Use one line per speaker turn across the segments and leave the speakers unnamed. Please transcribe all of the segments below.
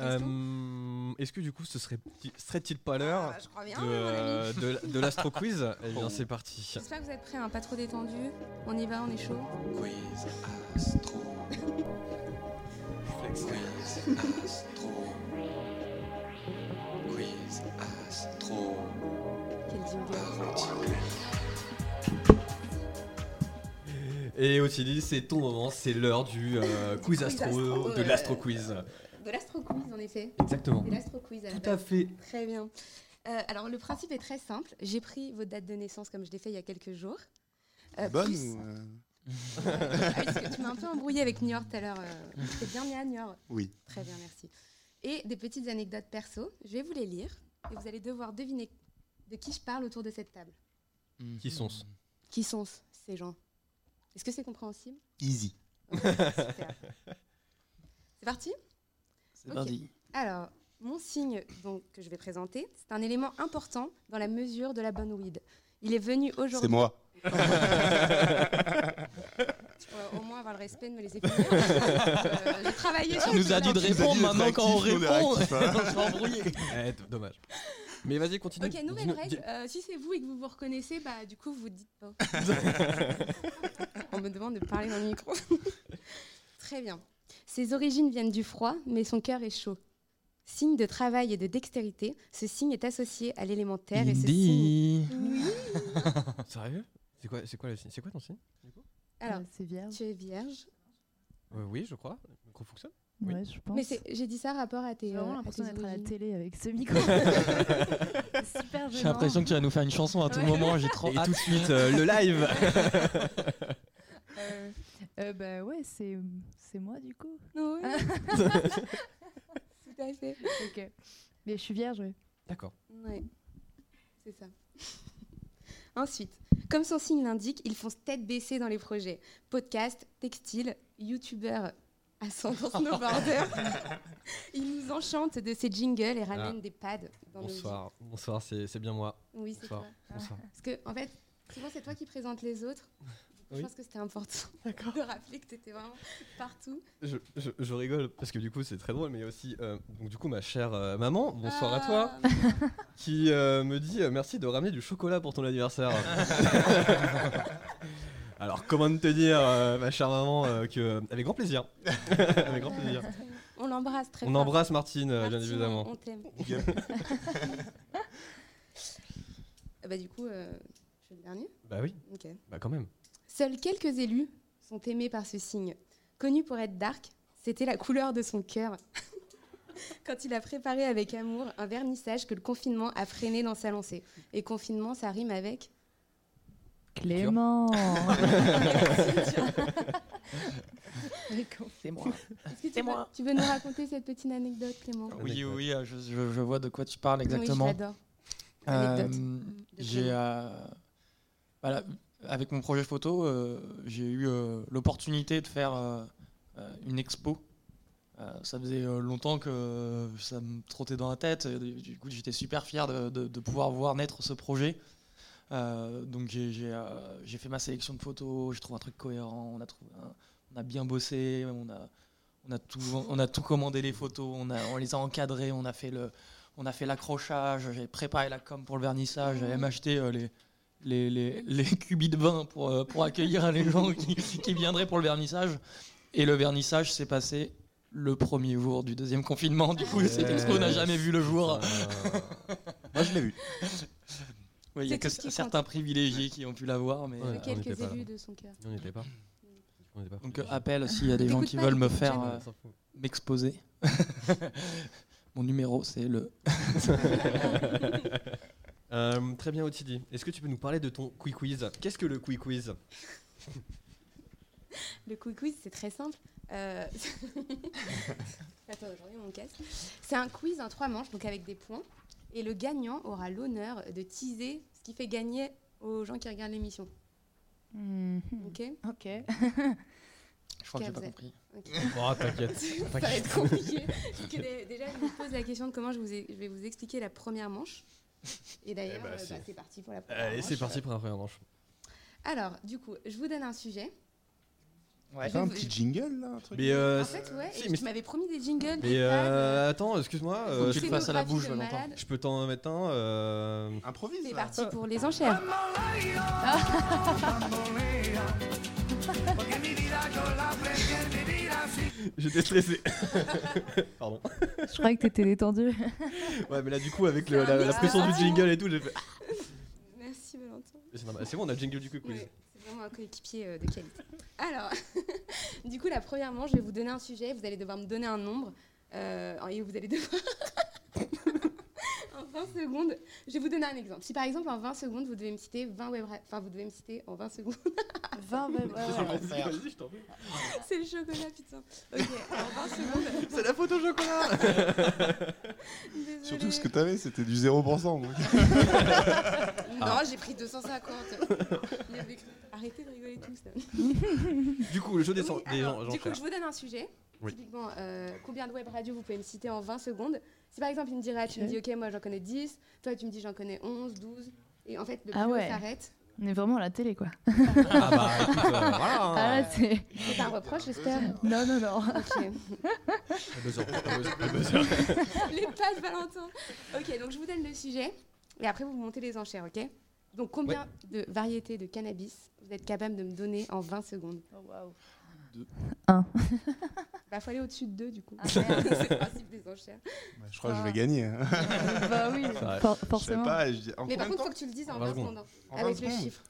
Euh, est-ce que du coup, ce serait, serait-il pas l'heure
Ah, je crois bien,
de,
mon ami.
euh, de, de l'astro quiz Eh
Oh.
bien, c'est parti.
J'espère que vous êtes prêts, hein, pas trop détendus. On y va, on est chaud.
Quiz Astro. Quiz Astro. Quiz Astro.
Quel jingle.
Parodie.
Et Ottilie, c'est ton moment, c'est l'heure du euh, quiz
Quiz
astro,
astro,
de
euh,
l'astro quiz.
De l'astro quiz, en effet.
Exactement.
De l'astro quiz à la
Tout à fait.
Très bien. Euh, alors, le principe est très simple. J'ai pris votre date de naissance, comme je l'ai fait il y a quelques jours. Euh,
Bonne
plus-
ou, euh,
Ah, parce que tu m'as un peu embrouillé avec Niort tout à l'heure. euh, T'es bien né à Niort
Oui.
Très bien, merci. Et des petites anecdotes perso. Je vais vous les lire et vous allez devoir deviner de qui je parle autour de cette table.
Qui sont-ce
Qui sont ces gens Est-ce que c'est compréhensible
Easy.
Super. C'est parti
C'est
Ok.
parti.
Alors, mon signe donc, que je vais présenter, c'est un élément important dans la mesure de la bonne weed. Il est venu
C'est
aujourd'hui.
moi.
Tu pourrais au moins avoir le respect de me laisser finir. Euh, J'ai travaillé sur
On nous a dit de
Tu nous as dit
répondre,
d'être
maintenant quand on
actifs, nous, on est
répond, on
actifs, hein.
s'est embrouillé.
Eh, d- Dommage. Mais vas-y, continue.
Ok, nouvelle
Dis-nous-
règle. euh, si c'est vous et que vous vous reconnaissez, bah du coup vous dites pas. On me demande de parler dans le micro. Très bien. Ses origines viennent du froid, mais son cœur est chaud. Signe de travail et de dextérité, ce signe est associé à l'élément terre et ce
dis-
signe.
Sérieux C'est quoi, c'est quoi le signe C'est quoi ton signe
Alors,
Euh, c'est vierge.
tu es vierge.
Euh, Oui, je crois. Le micro fonctionne. Oui.
Ouais, je pense.
Mais c'est- j'ai dit ça rapport à tes.
j'ai
euh,
vraiment
à
l'impression
tes
d'être à la
origines.
télé avec ce micro. C'est Super gênant.
J'ai l'impression que tu vas nous faire une chanson à tout
Ouais.
moment, j'ai trop
Et
hâte.
tout de suite, euh, le live.
Euh, euh, bah ouais, c'est c'est moi du coup.
Oui. Tout à fait.
Ok. Mais je suis vierge, oui.
D'accord.
Ouais, c'est ça. Ensuite, comme son signe l'indique, ils font tête baissée dans les projets. Podcast, textile, youtubeur, Ah, ascendance no border. ils nous enchantent de ces jingles et ramènent des pads dans
Ah. Bonsoir. Bonsoir, c'est c'est bien moi.
nos vies. Oui, c'est
Bonsoir.
toi.
Bonsoir.
Parce que, en fait, souvent c'est toi qui présentes les autres. Je
Oui.
pense que c'était important de rappeler que tu étais vraiment partout.
Je, je- je rigole parce que du coup c'est très drôle, mais il y a aussi euh, donc du coup ma chère euh, maman, bonsoir à toi,
Ah,
qui euh, me dit euh, merci de ramener du chocolat pour ton anniversaire. Alors comment te dire, euh, ma chère maman, euh, que avec grand plaisir, avec grand plaisir.
On l'embrasse très
On
fort.
embrasse Martine, euh, bien
Martine,
évidemment.
On t'aime.
Bien.
Ah bah, du coup, euh, je suis le dernier.
Bah oui,
Ok.
bah quand même.
Seuls quelques élus sont aimés par ce signe. Connu pour être dark, c'était la couleur de son cœur. Quand il a préparé avec amour un vernissage que le confinement a freiné dans sa lancée. Et confinement, ça rime avec.
Clément.
C'est moi.
Est-ce que tu,
C'est
veux-
moi.
tu veux nous raconter cette petite anecdote, Clément
Oui, oui, euh, je, je- je vois de quoi tu parles
Oui,
exactement.
je l'adore.
Euh,
Anecdote.
j'ai, euh, voilà, avec mon projet photo, euh, j'ai eu euh, l'opportunité de faire euh, euh, une expo. Euh, ça faisait euh, longtemps que euh, ça me trottait dans la tête. et du du coup, j'étais super fier de, de- de pouvoir voir naître ce projet. Euh, donc, j'ai, j'ai, euh, j'ai fait ma sélection de photos. Je trouve un truc cohérent. On a, trouvé un- on a bien bossé. On a, on a tout, on a tout commandé les photos. On, a, on les a encadrées. On a fait le, on a fait l'accrochage, j'ai préparé la com pour le vernissage, j'avais même acheté euh, les, les, les, les cubis de vin pour, euh, pour accueillir les gens qui, qui viendraient pour le vernissage. Et le vernissage s'est passé le premier jour du deuxième confinement. Du
Ah
coup, cette expo n'a jamais vu le jour.
euh,
Moi, je l'ai vu.
Oui, Il y a
C'est
que
tout ce qui
certains privilégiés qui ont pu la voir. Mais...
Ouais.
Les
on
quelques
était pas
élus
là.
de son cœur.
On n'y était pas. On n'était pas.
Donc euh, appel s'il y a des
Ah,
gens
T'écoutes
qui
pas,
veulent me
t'écoutes
faire
jamais.
euh, m'exposer. Mon numéro, c'est le...
Euh, très bien Otidi, est-ce que tu peux nous parler de ton quick quiz Qu'est-ce que le quick quiz
Le quick quiz, c'est très simple. Euh, Attends, aujourd'hui, mon casque. C'est un quiz en trois manches, donc avec des points. Et le gagnant aura l'honneur de teaser ce qui fait gagner aux gens qui regardent l'émission.
Mhm.
Ok
Ok.
Je crois que j'ai pas
Vous êtes-
compris.
Oh t'inquiète.
Ça va être compliqué. Parce que dé- déjà, je me pose la question de comment je, vous ai- je vais vous expliquer la première manche. Et d'ailleurs,
Eh ben,
euh, bah,
c'est-
c'est parti pour la première
Allez
manche.
c'est parti pour la première manche.
Alors, du coup, je vous donne un sujet.
Ouais.
Pas un
Je-
petit jingle là un truc
Mais euh,
En fait, ouais,
si,
et
mais-
tu m'avais promis des jingles.
Mais
des pads, euh,
euh, attends, excuse-moi,
une
euh,
Faut que
je,
tu le fasses à la
scénographie
bouche,
de
Valentin.
malade.
je peux t'en mettre un. euh,
Improvise
C'est
là.
parti pour les enchères.
Ah. J'étais stressé. Pardon.
Je croyais que t'étais détendu.
Ouais, mais là, du coup, avec
C'est
le-
un
la,
mix
la
de
pression du
sentiments.
jingle et tout, j'ai fait.
Merci Valentin.
C'est normal. C'est bon, on a le jingle du quiz.
Ouais, c'est vraiment un coéquipier euh, de qualité. Alors, du coup, là, premièrement, je vais vous donner un sujet. Vous allez devoir me donner un nombre. euh, et vous allez devoir. en 20 secondes, je vais vous donner un exemple. Si par exemple, en 20 secondes, vous devez me citer 20 web. ra- Enfin, vous devez me citer en 20 secondes.
20 web
ouais.
Vas-y,
faire.
vas-y, je t'en prie.
c'est le chocolat, putain. Ok, en 20 secondes.
C'est la photo au chocolat
Désolée.
Surtout que ce que t'avais c'était du 0%. donc.
Non,
Ah.
j'ai pris 250. Il y avait que- Arrêtez de rigoler tous. là.
Du coup, le jeu des, gens
Oui,
des
alors,
gens.
du
gens
coup,
chers.
je vous donne un sujet.
Oui.
Typiquement, euh, combien de web radios vous pouvez me citer en 20 secondes Si par exemple, il me dirait, tu me dis, ok, moi j'en connais 10, toi tu me dis, j'en connais 11, 12, et en fait, le plus
Ah
haut
ouais.
s'arrête.
On est vraiment à la télé, quoi.
Ah bah, écoute, euh, voilà.
Ah, là, c'est.
C'est un reproche, j'espère.
Non, non, non.
Ok.
Le buzzer, le buzzer, le buzzer.
Les pas de Valentin. Ok, donc je vous donne le sujet, et après vous montez les enchères, ok Donc combien de variétés de cannabis vous êtes capable de me donner en 20 secondes
Oh,
Bah, faut aller au-dessus de 2 du coup.
Ah, merde.
C'est le principe des enchères.
Je crois que je vais gagner. hein.
Bah oui,
Ça,
for-
Je sais
forcément.
pas, je dis- en
Mais par
combien de
contre, faut
temps
que tu le dises en
En
20
vingt
secondes, hein,
En
avec
20
le
secondes
chiffre.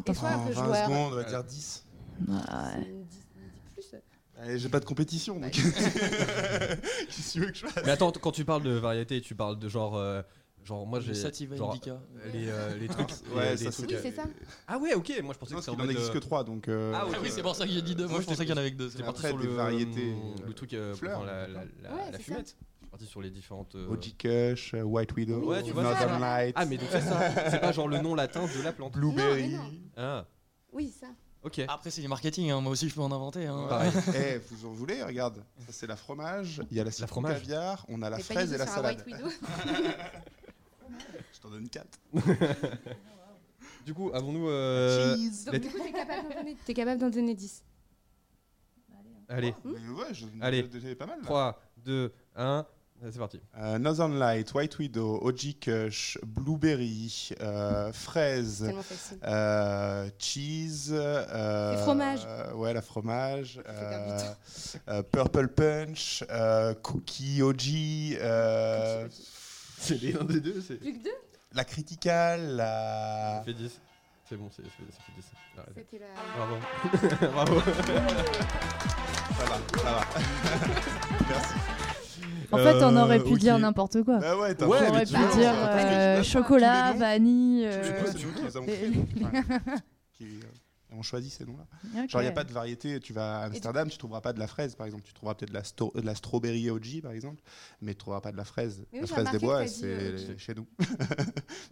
Attends,
Et sois un
En
peu
20
joueur.
secondes, on va dire 10.
Ah, ouais.
C'est une dix- une dix plus.
Allez, J'ai pas de compétition donc. Qu'est-ce que tu veux que je fasse
Mais attends, quand tu parles de variété, tu parles de genre. euh, genre, moi j'ai.
Sativa
genre,
Indica.
euh, Les, euh, les trucs. les-
Ouais,
les
ça
trucs-
Oui, c'est ça.
Ah ouais, ok, moi je pensais
Non,
que
parce
c'était en
qu'il en
mode,
existe que
euh,
3 donc. euh,
Ah
Ah oui, c'est pour ça que j'ai dit deux. Moi, je
j'étais-
pensais qu'il y en avait que deux.
J'étais
Mais
parti
après,
sur
des
le,
variétés,
euh, le truc, euh,
fleurs,
enfin, la, la, la,
Ouais,
la
c'est
fumette. Je suis parti sur les différentes. euh,
OG Kush, euh, White Widow,
Ouais, tu vois,
Northern
ça, là.
Light,
Ah, mais donc c'est ça. C'est pas genre le nom latin de la plante.
Blueberry.
Non, mais non.
Ah,
Oui, ça.
ok.
Après, c'est du marketing. hein. Moi aussi, je peux en inventer. hein.
Pareil.
Eh, vous en voulez Regarde, ça c'est la fromage, il y a la citron
fromage.
caviar, on a la
Mais pas
fraise
du
et
tout
la
sur un
salade.
White Widow.
Je t'en donne 4.
Du coup, avons-nous. euh,
Donc, du coup, t'es capable d'en donner- t'es capable d'en donner 10.
Allez,
Hmm.
Mais ouais, je
Allez.
je- j'ai pas mal. là.
3, 2, 1. C'est parti.
Euh, Northern Light, White Widow, OG Kush, Blueberry, euh,
C'est
fraise,
tellement facile.
euh, cheese. euh,
Et fromage.
euh, ouais, la fromage.
Ça fait perdre du
euh, euh, purple Punch, euh, Cookie OG, euh,
Cookie
C'est les l'un des deux, c'est. Ah.
Plus que 2
la Critical, la.
fait 10. C'est bon, c'est c'est- ça fait 10. Arrête. Ah,
C'était la.
Bravo. Bravo.
Ça va, ça va. Merci.
En fait, on
Euh,
aurait pu
ok.
dire n'importe quoi.
Bah ouais, t'as
Ouais,
on
mais
aurait
tu
pu
vois, on
dire
aurait pas dit,
euh,
tu vois,
chocolat,
tous les noms.
vanille. euh,
C'est nous qui les avons
les-
créés. Ouais. Qui, euh, ont choisi ces noms-là.
ok.
Genre, il n'y a pas de variété. Tu vas à Amsterdam, tu trouveras pas de la fraise, par exemple. Tu trouveras peut-être de la, sto- de la strawberry OG, par exemple, mais tu trouveras pas de la fraise.
Mais oui,
la
j'ai
fraise
remarqué
des bois,
que t'as dit,
c'est
euh,
chez nous.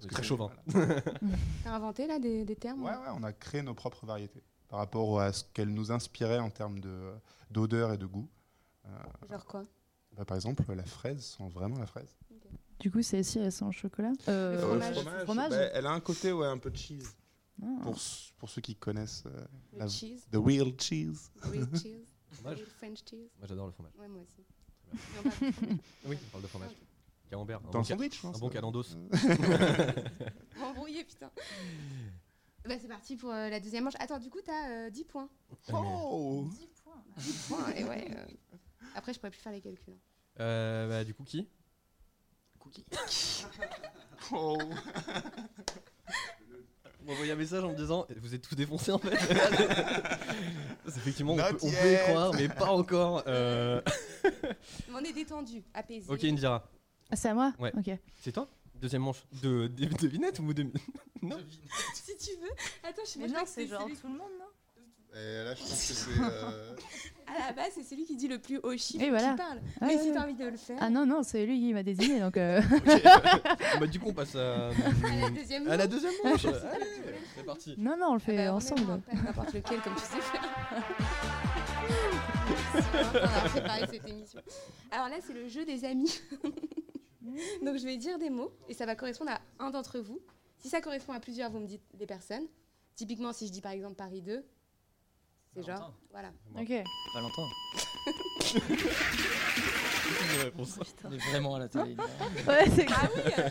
C'est Très chauvin.
T'as inventé là des, des termes hein,
Ouais, ouais, on a créé nos propres variétés par rapport à ce qu'elles nous inspiraient en termes de- d'odeur et de goût.
Genre quoi
Bah, par exemple, la fraise sent vraiment la fraise.
Du coup, celle-ci, elle sent le chocolat. Euh,
Le fromage.
le fromage.
bah, elle a un côté ouais, un peu cheese.
Ah.
bah, Pour, ce- pour ceux qui connaissent euh,
Le
La-
cheese.
The Real Cheese.
Great cheese.
Fromage.
Real French cheese.
Moi j'adore le fromage.
Ouais, moi aussi.
bien.
Mais on parle-
Oui, on parle de fromage. Camembert.
Dans le sandwich, je pense.
un bon calendos.
on va Embrouiller, putain. Bah, c'est parti pour euh, la deuxième manche. Attends, du coup, t'as euh, 10 points.
Oh
10 points.
Points, et ouais. euh, Après, je pourrais plus faire les calculs. hein.
Euh, bah, du coup, qui
Cookie.
Oh.
On m'a envoyé un message en me disant Vous êtes tous défoncés en fait Parce qu'effectivement, on,
Not
peut, on peut y
yet.
croire, mais pas encore. Euh...
Mais on est détendu, apaisé.
ok, Indira,
Ah, c'est à moi
Ouais.
Ok.
c'est toi Deuxième manche de, de, devinette ou de. Non
Si tu veux. Attends, je sais pas que celui-
tout le monde, non
Et Eh, là, je pense que c'est. euh,
À la base, c'est celui qui dit le plus haut chiffre
Et voilà.
qui parle.
Ah,
Mais
ouais,
si
ouais.
t'as envie de le faire,
Ah non, non, c'est lui qui m'a désigné, donc... euh,
Bah, du coup, on passe à.
à la deuxième
à Ah, la
manche.
deuxième manche Allez, c'est parti
Non, non, on le
Ah
fait
bah, on mettra un
ensemble.
pas, N'importe lequel, comme tu sais faire. On a préparé cette émission. Alors là, c'est le jeu des amis. Donc je vais dire des mots et ça va correspondre à un d'entre vous. Si ça correspond à plusieurs, vous me dites des personnes. Typiquement, si je dis par exemple Paris 2, c'est C'est genre, voilà.
Ok.
Valentin.
Une réponse.
Ah,
Putain.
Il est vraiment à la télé.
Ouais, c'est
Ah oui c'était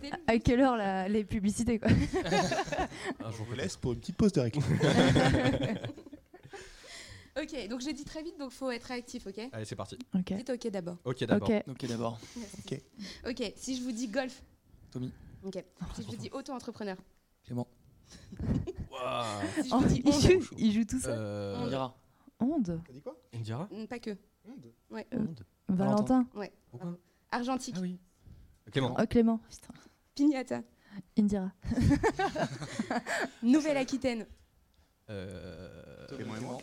lui.
À quelle heure la- les publicités quoi
Un jour,
Je vous laisse pour une petite pause de réclame.
Ok, donc j'ai dit très vite, donc faut être réactif, ok
Allez, c'est parti.
Ok.
Dites ok d'abord.
Ok, d'abord.
Ok.
Ok, d'abord.
Merci. Ok, si je vous dis golf.
Tommy.
Ok. Si je vous dis auto-entrepreneur.
Clément.
Waouh.
Si je vous dis
Oh, il,
onde.
joue, il joue tout ça.
On
Euh,
dira.
Onde.
T'as dit quoi
Indira
Mm, Pas que. Ouais.
Euh.
Valentin.
Pourquoi
Argentique.
Ah oui.
Clément.
Oh Clément. Putain.
Pignata.
Indira.
Nouvelle-Aquitaine.
Euh,
Clément et moi.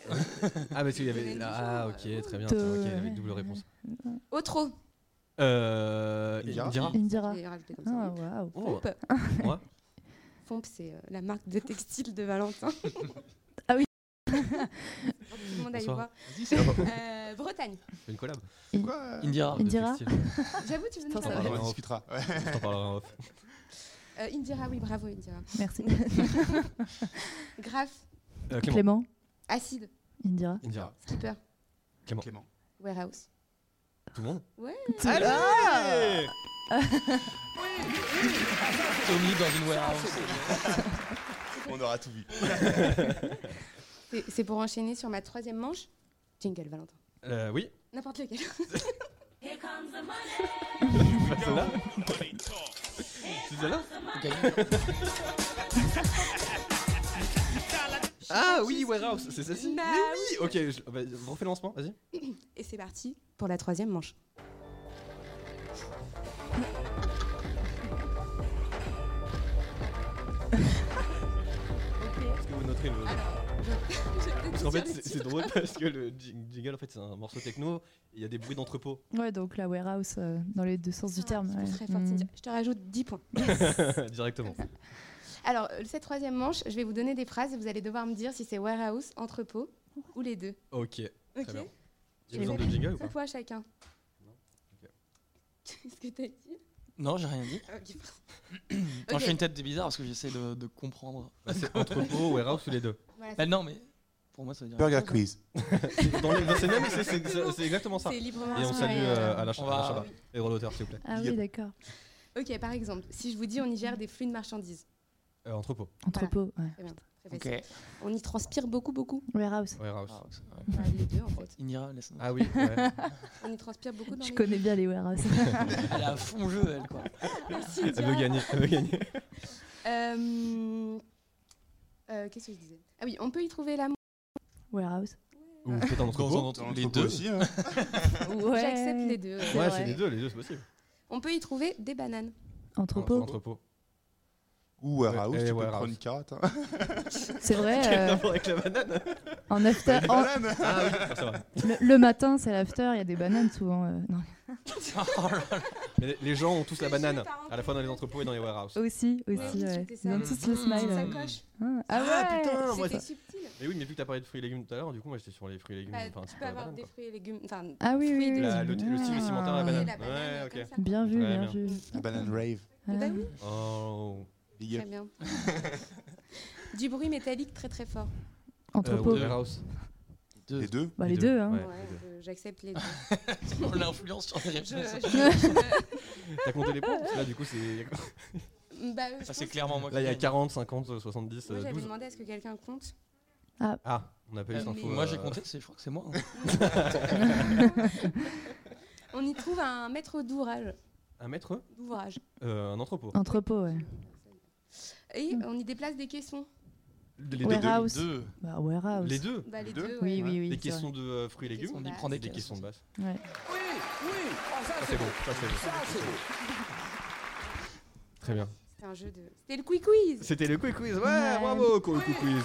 Ah, parce qu'il y avait.
Clément
Ah,
et moi.
ok, très bien. tiens, ok, il y avait
Euh,
double réponse.
Otro.
Euh.
Indira.
Indira.
Indira.
J'ai rajouté comme ça.
Ah waouh.
Oh,
Fomp.
moi
Fomp, c'est euh, la marque de textile de Valentin.
Ah oui.
Tout le monde aille
Bonsoir.
voir. Euh, Bretagne.
Fais une collab.
Quoi
Euh, Indira.
De
Indira.
textile.
J'avoue, tu veux nous
Putain,
On
faire
ça va.
en discutera. Ouais.
Je t'en parlerai en off.
Euh, Indira, oui, bravo Indira.
Merci.
Graph,
Euh, Clément.
Clément.
acide,
Indira.
Indira.
skipper,
Clément.
warehouse.
Tout le monde Ah
Allez
Tommy dans une warehouse.
On aura tout vu.
C'est- C'est pour enchaîner sur ma troisième manche. Jingle, Valentin.
Euh, oui.
N'importe lequel.
Bah, celle-là C'est celle-là Ah oui, Warehouse, c'est celle-ci
Bah
Mais oui Ok, je... bah, refais le lancement, vas-y.
Et c'est parti pour la troisième manche.
Est-ce que vous noterez le.
Ah,
Parce
Je-
qu'en fait, c'est- c'est drôle parce que le jing- jingle, en fait, c'est un morceau techno, il y a des bruits d'entrepôt.
Ouais, donc la warehouse euh, dans les deux sens du terme.
Je
ouais.
serais forte,
Mm.
Cynthia. Je te rajoute 10 points.
Directement.
Alors, euh, cette troisième manche, je vais vous donner des phrases et vous allez devoir me dire si c'est warehouse, entrepôt ou les deux.
Ok.
Ok
bien. Il y a
Je vais
besoin de
mettre
jingle ou
un
pas
point chacun.
Non. Ok.
Qu'est-ce que t'as dit
Non, j'ai rien dit.
Ah, ok, pardon.
Quand
Ok,
je fais une tête bizarre parce que j'essaie de, de comprendre.
Bah, C'est entrepôt, Warehouse ou les deux
voilà,
Bah non, mais pour moi, ça veut dire.
Burger Quiz.
C'est- Dans les... dans- C'est même- c'est- c'est- c'est- c'est exactement ça.
C'est
Et
librement
on salue
inspiré,
euh,
euh,
Alain
On va-
Chabat et Roland Auteur, s'il vous plaît.
Ah
Yep.
oui, d'accord.
Ok, par exemple, si je vous dis on y gère des flux de marchandises.
Euh, entrepôt.
Entrepôt. ouais.
Très
Ok.
facile. On y transpire beaucoup, beaucoup.
Warehouse.
Warehouse.
Ah, ouais.
Bah, les deux, en fait.
Indira, laisse-nous.
Ah oui, ouais.
On y transpire beaucoup dans
Je
les
connais bien les warehouses.
Elle est à fond jeu, elle, quoi.
Merci,
elle
Diane.
veut gagner. Elle veut gagner.
Euh, euh, Qu'est-ce que je disais Ah oui, on peut y trouver l'amour.
warehouse.
Ou peut-être un entrepôt.
les deux aussi. hein.
Ouais.
J'accepte les deux.
C'est
Ouais,
vrai.
c'est les deux, les deux, c'est possible.
On peut y trouver des bananes.
Entrepôt.
Entrepôt.
Ou Warehouse,
Ouais,
tu peux
warehouse.
prendre une carotte. hein.
C'est vrai. euh,
Rapport avec la banane
en after. en-
Ah oui, ah, c'est vrai.
le, le matin, c'est l'after. Il y a des bananes souvent. euh, non.
Mais les- les gens ont tous la
Les jeux
banane,
parentaux.
à la fois dans les entrepôts et dans les warehouses.
Aussi, aussi.
Ouais.
ouais.
C'était ça.
Ils ont tous le smile.
Petite
euh.
sacoche.
Ah, ah ouais.
putain, Mmh. moi,
C'était
ça-
subtil.
Mais oui, mais vu que t'as parlé de fruits et légumes tout à l'heure, du coup, moi j'étais sur les fruits et légumes.
Bah,
enfin,
tu
c'est
peux
pas la
avoir
banane,
des
quoi.
fruits et légumes. Enfin,
Ah oui,
fruits
oui.
de
oui.
La- le, le style
Ah.
vestimentaire de la
et
banane.
la banane,
ouais, ok.
comme ça.
Bien vu,
Très
bien,
bien. Eh
vu.
La banane rave.
Ah.
Bah oui,
Oh.
Big
très
up.
bien. Du bruit métallique très très fort.
Entrepôt.
Entrepôt.
ouais.
warehouse.
Les deux
Bah, les deux, hein.
ouais,
Ouais,
Euh, les deux.
je- J'accepte les deux.
On l'influence sur les
Je-
réponses.
je-
T'as compté les points Parce que Là, du coup, c'est.
je- bah, je
Ça, c'est
pense-
clairement moi
Là, il y
qui
a
gagne.
40, 50, 70,
Moi,
euh,
j'avais
12.
demandé à ce que quelqu'un compte.
Ah, on n'a pas eu cette
Euh,
info.
Moi,
euh,
j'ai compté, c'est- je crois que c'est moi. hein.
On y trouve un maître d'ouvrage.
Un mètre
d'ouvrage.
euh, Un entrepôt.
Entrepôt, ouais.
Et on y déplace des caissons.
Les deux.
Warehouse.
Deux.
Bah, warehouse.
Les deux.
Bah, les
Deux
deux. ouais.
Oui, oui, oui.
Les
c'est vrai.
questions de euh, fruits et
Les
légumes.
questions
On y prend des
Des questions de base.
Ouais.
Ça, c'est bon. Ça, c'est bon. Très bien.
C'était un jeu de. C'était le quick quiz.
C'était le quick quiz. Ouais,
Ouais.
bravo, quick quiz.